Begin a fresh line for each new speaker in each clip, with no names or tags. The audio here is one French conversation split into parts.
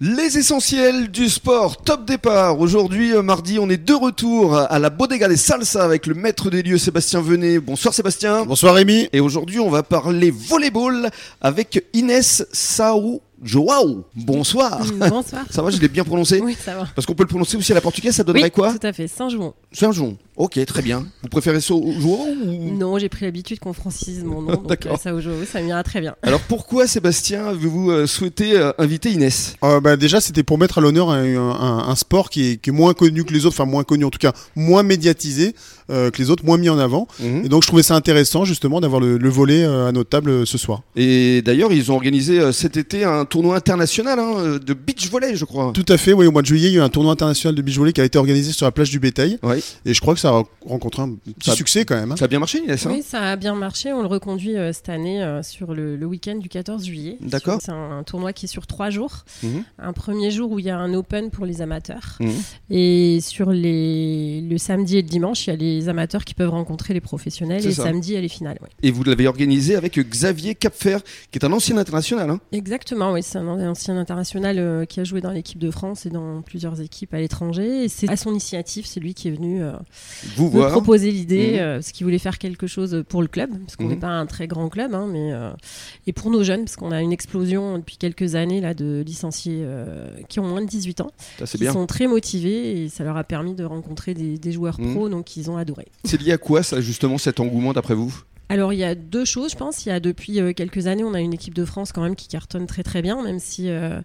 Les essentiels du sport, top départ. Aujourd'hui, euh, mardi, on est de retour à la Bodega des Salsa avec le maître des lieux, Sébastien Venet. Bonsoir Sébastien.
Bonsoir Rémi.
Et aujourd'hui, on va parler volleyball avec Inès Sao Joao. Bonsoir.
Mm, Bonsoir.
Ça va, je l'ai bien prononcé
Oui, ça va.
Parce qu'on peut le prononcer aussi à la portugaise, ça donnerait
oui,
quoi
tout à fait. Saint-Jouan.
Saint-Jean. Ok, très bien. Vous préférez Sao Joao ou...
Non, j'ai pris l'habitude qu'on francise mon nom, donc
Mm. D'accord.
euh, ça aujourd'hui, ça m'ira très bien.
Alors pourquoi, Sébastien, avez-vous euh, souhaité euh, inviter Inès
Euh, bah, déjà, c'était pour mettre à l'honneur un, un- un sport qui est, qui est moins connu que les autres, enfin moins connu en tout cas, moins médiatisé euh, que les autres, moins mis en avant.
Mmh.
Et donc, je trouvais ça intéressant justement d'avoir le, le volet euh, à notre table euh, ce soir.
Et d'ailleurs, ils ont organisé euh, cet été un tournoi international hein, euh, de beach volley, je crois.
Tout à fait, oui, au mois de juillet, il y a eu un tournoi international de beach volley qui a été organisé sur la plage du Bétail.
Ouais.
Et je crois que ça a rencontré un petit
Ça-
succès quand même. hein.
Ça a bien marché, Inès. hein
Oui, ça a bien marché. On le reconduit euh, cette année euh, sur le, le week-end du 14 juillet.
D'accord.
Sur- C'est un, un tournoi qui est sur trois jours.
Mhm.
Un premier jour où il y a un open pour les amateurs.
Mhm.
Et sur les, le samedi et le dimanche, il y a les amateurs qui peuvent rencontrer les professionnels.
C'est
Et
ça.
samedi, il y a les finales. ouais.
Et vous l'avez organisé avec Xavier Capfer, qui est un ancien international. hein.
Exactement, oui, c'est un ancien international euh, qui a joué dans l'équipe de France et dans plusieurs équipes à l'étranger. Et c'est à son initiative, c'est lui qui est venu euh,
Vous
me
voir.
proposer l'idée,
Mhm.
euh, parce qu'il voulait faire quelque chose pour le club, parce qu'on
Mhm.
n'est pas un très grand club, hein, mais euh, et pour nos jeunes, parce qu'on a une explosion depuis quelques années là de licenciés euh, qui ont moins de 18 ans,
Putain, C'est
qui
bien.
sont très motivés et ça leur a permis de rencontrer des, des joueurs
Mhm.
pros, donc ils ont adoré.
C'est lié à quoi, ça, justement, cet engouement, d'après vous
Alors il y a deux choses, je pense. Il y a depuis euh, quelques années, on a une équipe de France quand même qui cartonne très très bien, même si euh,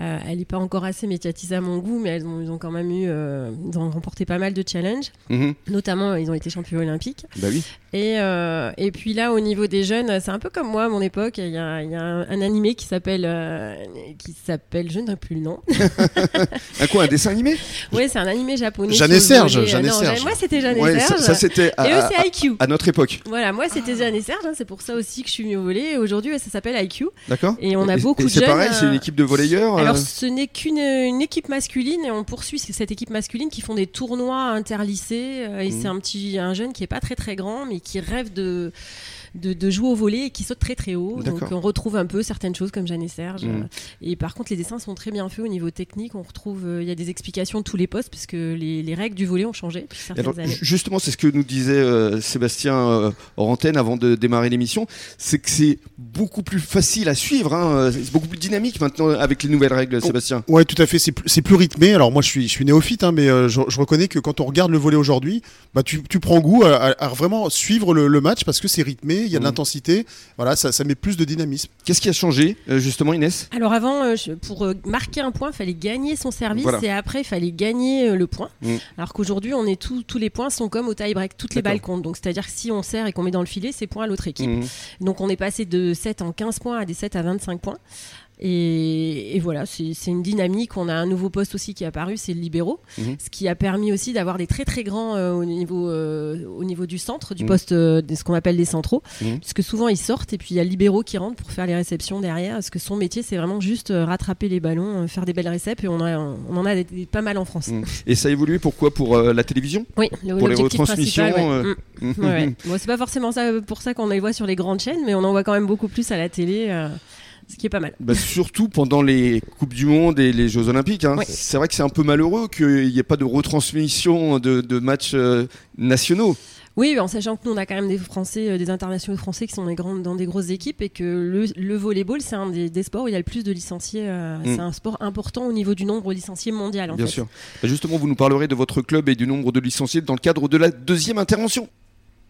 euh, elle n'est pas encore assez médiatisée à mon goût, mais elles ont, ils ont quand même eu, euh, ils ont remporté pas mal de challenges.
Mhm.
Notamment, euh, ils ont été champions olympiques.
Bah oui.
Et, euh, et puis là, au niveau des jeunes, c'est un peu comme moi à mon époque. Il y a, il y a un, un animé qui s'appelle, euh, qui s'appelle, je n'ai plus le nom.
Un quoi, un dessin animé
ouais, c'est un animé japonais.
Jeanne
sur
et
le
Serge,
volet. Ah
Jeanne et
Non,
Serge.
Moi, c'était Jeanne
Ouais,
et
ça,
Serge.
ça, c'était à,
et
Ah,
eux,
à-
c'est IQ.
à notre époque,
Voilà, moi c'était Jeanne et Serge, hein, c'est pour ça aussi que je suis venue au volet. Et Aujourd'hui, ouais, ça s'appelle IQ.
d'accord
Et on a beaucoup de
C'est
jeunes,
pareil, c'est une
euh,
équipe de volleyeurs. euh,
Alors, ce n'est qu'une une équipe masculine et on poursuit c- cette équipe masculine qui font des tournois interlycées. euh, et
Mhm.
c'est un petit, un jeune qui est pas très très grand, mais qui rêve de de, de jouer au volet et qui saute très très haut. Donc,
D'accord.
on retrouve un peu certaines choses comme Jeanne et Serge.
Mhm.
euh, Et par contre, les dessins sont très bien faits au niveau technique. On retrouve, euh, il y a des explications de tous les postes puisque les, les règles du volet ont changé depuis certaines
Alors,
années.
ju- justement, c'est ce que nous disait euh, Sébastien euh, hors antenne avant de démarrer l'émission, c'est que c'est beaucoup plus facile à suivre, hein, euh, c'est beaucoup plus dynamique maintenant avec les nouvelles règles, Sébastien.
Ouais, tout à fait. C'est plus, c'est plus rythmé. Alors moi, je suis, je suis néophyte, hein, mais euh, je, je reconnais que quand on regarde le volet aujourd'hui, bah tu, tu prends goût à, à- à vraiment suivre le, le match parce que c'est rythmé, il y a
Mhm.
de l'intensité. Voilà, ça, ça met plus de dynamisme.
Qu'est-ce qui a changé, euh, justement, Inès
Alors avant, euh, je- pour euh, marquer un point, il fallait gagner son service
Voilà.
et après, il fallait gagner euh, le point.
Mm.
Alors qu'aujourd'hui, on est tout- tous les points sont comme au tie-break, toutes les
D'accord.
balles comptent. Donc c'est-à-dire que si on sert et qu'on met dans le filet, c'est point à l'autre équipe.
Mhm.
Donc on est passé de 7 en 15 points à des 7 à 25 points. Et, et voilà, c'est c'est une dynamique. On a un nouveau poste aussi qui est apparu, c'est le libéraux,
Mhm.
ce qui a permis aussi d'avoir des très très grands euh, au, niveau, euh, au niveau du centre, du
Mhm.
poste euh, de ce qu'on appelle des centraux,
Mhm.
puisque souvent ils sortent et puis il y a le libéraux qui rentre pour faire les réceptions derrière, parce que son métier c'est vraiment juste euh, rattraper les ballons, euh, faire des belles réceptions, et on, a- on en a des- des- pas mal en France.
Mm. Et ça a évolué pourquoi Pour euh, la télévision
Oui, le-
Pour les
l'objectif
retransmissions,
principal, ouais.
euh,
Mhm. Ouais, ouais. Bon, c'est pas forcément ça, euh, pour ça qu'on les voit sur les grandes chaînes, mais on en voit quand même beaucoup plus à la télé, euh, ce qui est pas mal.
Bah, Surtout pendant les Coupes du Monde et les Jeux Olympiques. hein.
Oui.
C'est vrai que c'est un peu malheureux qu'il n'y ait pas de retransmission de, de matchs euh, nationaux.
Oui, en sachant que nous, on a quand même des Français, euh, des internationaux français qui sont des grandes, dans des grosses équipes et que le, le volleyball, c'est un des, des sports où il y a le plus de licenciés. euh,
Mm.
C'est un sport important au niveau du nombre licencié mondial. En
Bien
fait.
sûr. Bah, justement, vous nous parlerez de votre club et du nombre de licenciés dans le cadre de la deuxième intervention.